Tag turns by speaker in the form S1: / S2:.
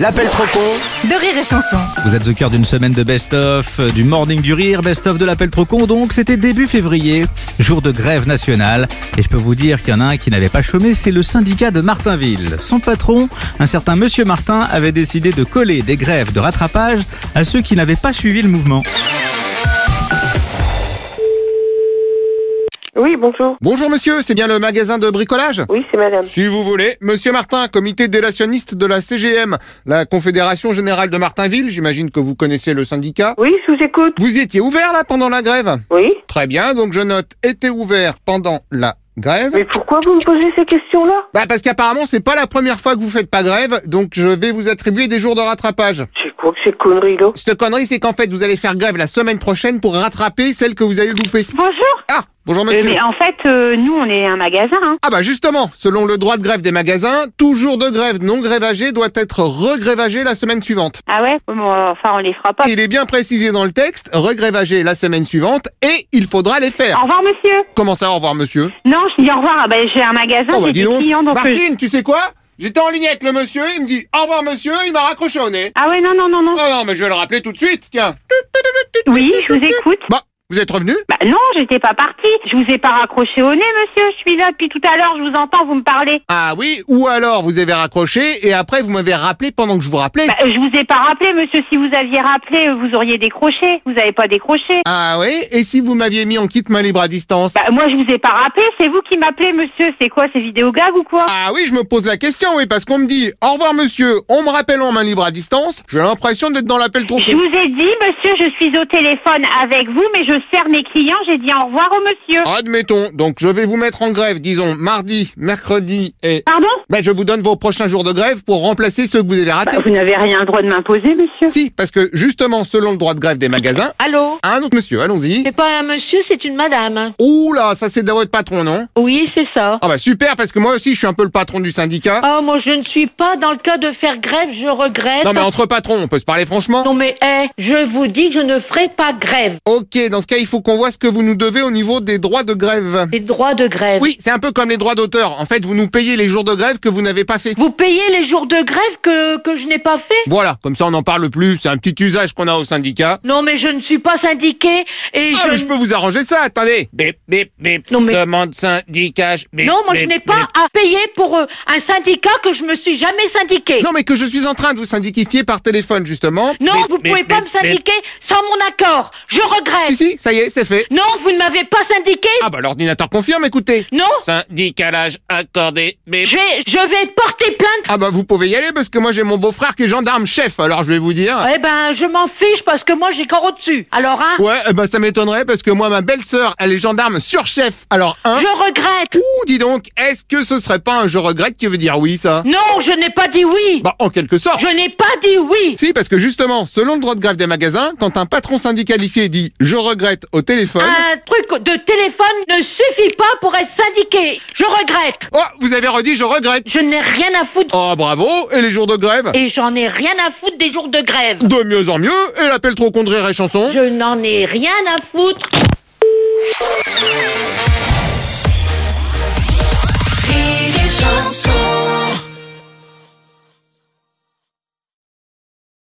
S1: L'appel trop con
S2: de rire et chanson.
S3: Vous êtes au cœur d'une semaine de best-of, euh, du morning du rire, best-of de l'appel trop con. Donc, c'était début février, jour de grève nationale. Et je peux vous dire qu'il y en a un qui n'avait pas chômé, c'est le syndicat de Martinville. Son patron, un certain monsieur Martin, avait décidé de coller des grèves de rattrapage à ceux qui n'avaient pas suivi le mouvement.
S4: Oui, bonjour.
S5: Bonjour monsieur, c'est bien le magasin de bricolage
S4: Oui, c'est madame.
S5: Si vous voulez, monsieur Martin, comité délationniste de la CGM, la Confédération Générale de Martinville, j'imagine que vous connaissez le syndicat.
S4: Oui, je vous écoute.
S5: Vous y étiez ouvert là pendant la grève
S4: Oui.
S5: Très bien, donc je note était ouvert pendant la grève.
S4: Mais pourquoi vous me posez ces questions-là
S5: Bah parce qu'apparemment c'est pas la première fois que vous faites pas grève, donc je vais vous attribuer des jours de rattrapage.
S4: C'est quoi que ces conneries là
S5: Cette connerie c'est qu'en fait vous allez faire grève la semaine prochaine pour rattraper celle que vous avez loupée.
S6: Bonjour.
S5: Ah, bonjour
S6: Euh,
S5: monsieur.
S6: mais en fait, euh, nous, on est un magasin. hein.
S5: Ah bah justement, selon le droit de grève des magasins, tout jour de grève non grévagé doit être regrévagé la semaine suivante.
S6: Ah ouais Bon, euh, Enfin, on les fera pas.
S5: Il est bien précisé dans le texte, regrévagé la semaine suivante et il faudra les faire.
S6: Au revoir, monsieur.
S5: Comment ça, au revoir monsieur
S6: Non, je dis au revoir. Ah, bah, j'ai un magasin,
S5: Oh bah
S6: j'ai
S5: dis
S6: des
S5: donc,
S6: clients. Donc, euh,
S5: Martine, tu sais quoi J'étais en ligne avec le monsieur, il me dit au revoir monsieur, il m'a raccroché au nez.
S6: Ah ouais, non, non, non, non.
S5: Oh non, mais je vais le rappeler tout de suite, tiens.
S6: Oui, je vous écoute.
S5: Oh. Bah, vous êtes revenu
S6: Bah non, j'étais pas partie. Je vous ai pas raccroché au nez, monsieur. Je suis là depuis tout à l'heure. Je vous entends, vous me parlez.
S5: Ah oui, ou alors vous avez raccroché et après vous m'avez rappelé pendant que je vous rappelais.
S6: Bah, je vous ai pas rappelé, monsieur. Si vous aviez rappelé, euh, vous auriez décroché. Vous avez pas décroché.
S5: Ah oui, et si vous m'aviez mis en kit main libre à distance
S6: Bah moi, je vous ai pas rappelé. C'est vous qui m'appelez, monsieur. C'est quoi, ces vidéos gags ou quoi
S5: Ah oui, je me pose la question, oui, parce qu'on me dit au revoir monsieur, on me rappelle en main libre à distance, j'ai l'impression d'être dans l'appel trop
S6: Je vous ai dit, monsieur, je suis au téléphone avec vous, mais je sers mes clients. J'ai dit au revoir au monsieur.
S5: Ah. Admettons, donc je vais vous mettre en grève, disons, mardi, mercredi et...
S6: Pardon
S5: Ben je vous donne vos prochains jours de grève pour remplacer ceux que vous avez ratés.
S6: Bah, Vous n'avez rien le droit de m'imposer, monsieur.
S5: Si, parce que justement, selon le droit de grève des magasins,
S7: Allô
S5: un autre monsieur, allons-y.
S7: C'est pas un monsieur, c'est une madame.
S5: Ouh là, ça c'est de votre patron, non
S7: Oui, c'est ça.
S5: Ah bah super, parce que moi aussi je suis un peu le patron du syndicat.
S7: Oh, moi, je ne suis pas dans le cas de faire grève, je regrette.
S5: Ah. Non mais entre patrons, on peut se parler franchement
S7: Non, mais, eh, je vous dis que je ne ferai pas grève.
S5: Ok, dans ce cas, il faut qu'on voit ce que vous nous devez au niveau des droits de grève.
S7: Les droits de grève.
S5: Oui, c'est un peu comme les droits d'auteur. En fait, vous nous payez les jours de grève que vous n'avez pas fait.
S7: Vous payez les jours de grève que, que je n'ai pas fait
S5: Voilà, comme ça on n'en parle plus, c'est un petit usage qu'on a au syndicat.
S7: Non, mais je ne suis pas syndiquée et
S5: Ah,
S7: je...
S5: mais je peux vous arranger ça, attendez. Bip, bip, bip.
S7: Non, mais-
S5: Demande syndicage. Bip,
S7: Non, moi, je
S5: bip,
S7: n'ai pas
S5: bip.
S7: à payer pour euh, un syndicat que je me suis jamais syndiquée.
S5: Non, mais que je suis en train de vous syndiquifier par téléphone, justement.
S7: Non,
S5: Bip,
S7: vous
S5: bip,
S7: pouvez pas
S5: bip,
S7: me
S5: bip.
S7: syndiquer sans mon accord. Je regrette.
S5: Si, si, ça y est, c'est fait.
S7: Non, vous ne m'avez pas syndiquée.
S5: Ah, bah, l'ordinateur confirme, écoutez.
S7: Non,
S5: Syndicalage accordé. Bip.
S7: je vais, je vais porter plainte.
S5: Ah, bah, vous pouvez y aller parce que moi j'ai mon beau-frère qui est gendarme chef, alors je vais vous dire.
S7: Eh ben, je m'en fiche parce que moi j'ai corps au-dessus. Alors, hein,
S5: Ouais, eh ben, ça m'étonnerait parce que moi, ma belle-sœur, elle est gendarme sur chef. Alors, un.
S7: je regrette.
S5: Ouh, dis donc, est-ce que ce serait pas un je regrette qui veut dire oui, ça
S7: Non, je n'ai pas dit oui.
S5: Bah, en quelque sorte.
S7: Je n'ai pas dit oui.
S5: Si, parce que justement, selon le droit de grève des magasins, quand un patron syndicalifié dit je regrette au téléphone.
S7: Un truc de téléphone ne suffit pas pour être syndiqué. Je regrette.
S5: Oh, vous avez redit je regrette
S7: Je n'ai rien à foutre.
S5: Oh, bravo Et les jours de grève
S7: Et j'en ai rien à foutre des jours de grève.
S5: De mieux en mieux, et l'appel trop contre et chanson.
S7: Je n'en ai rien à foutre.
S2: Rire et chanson.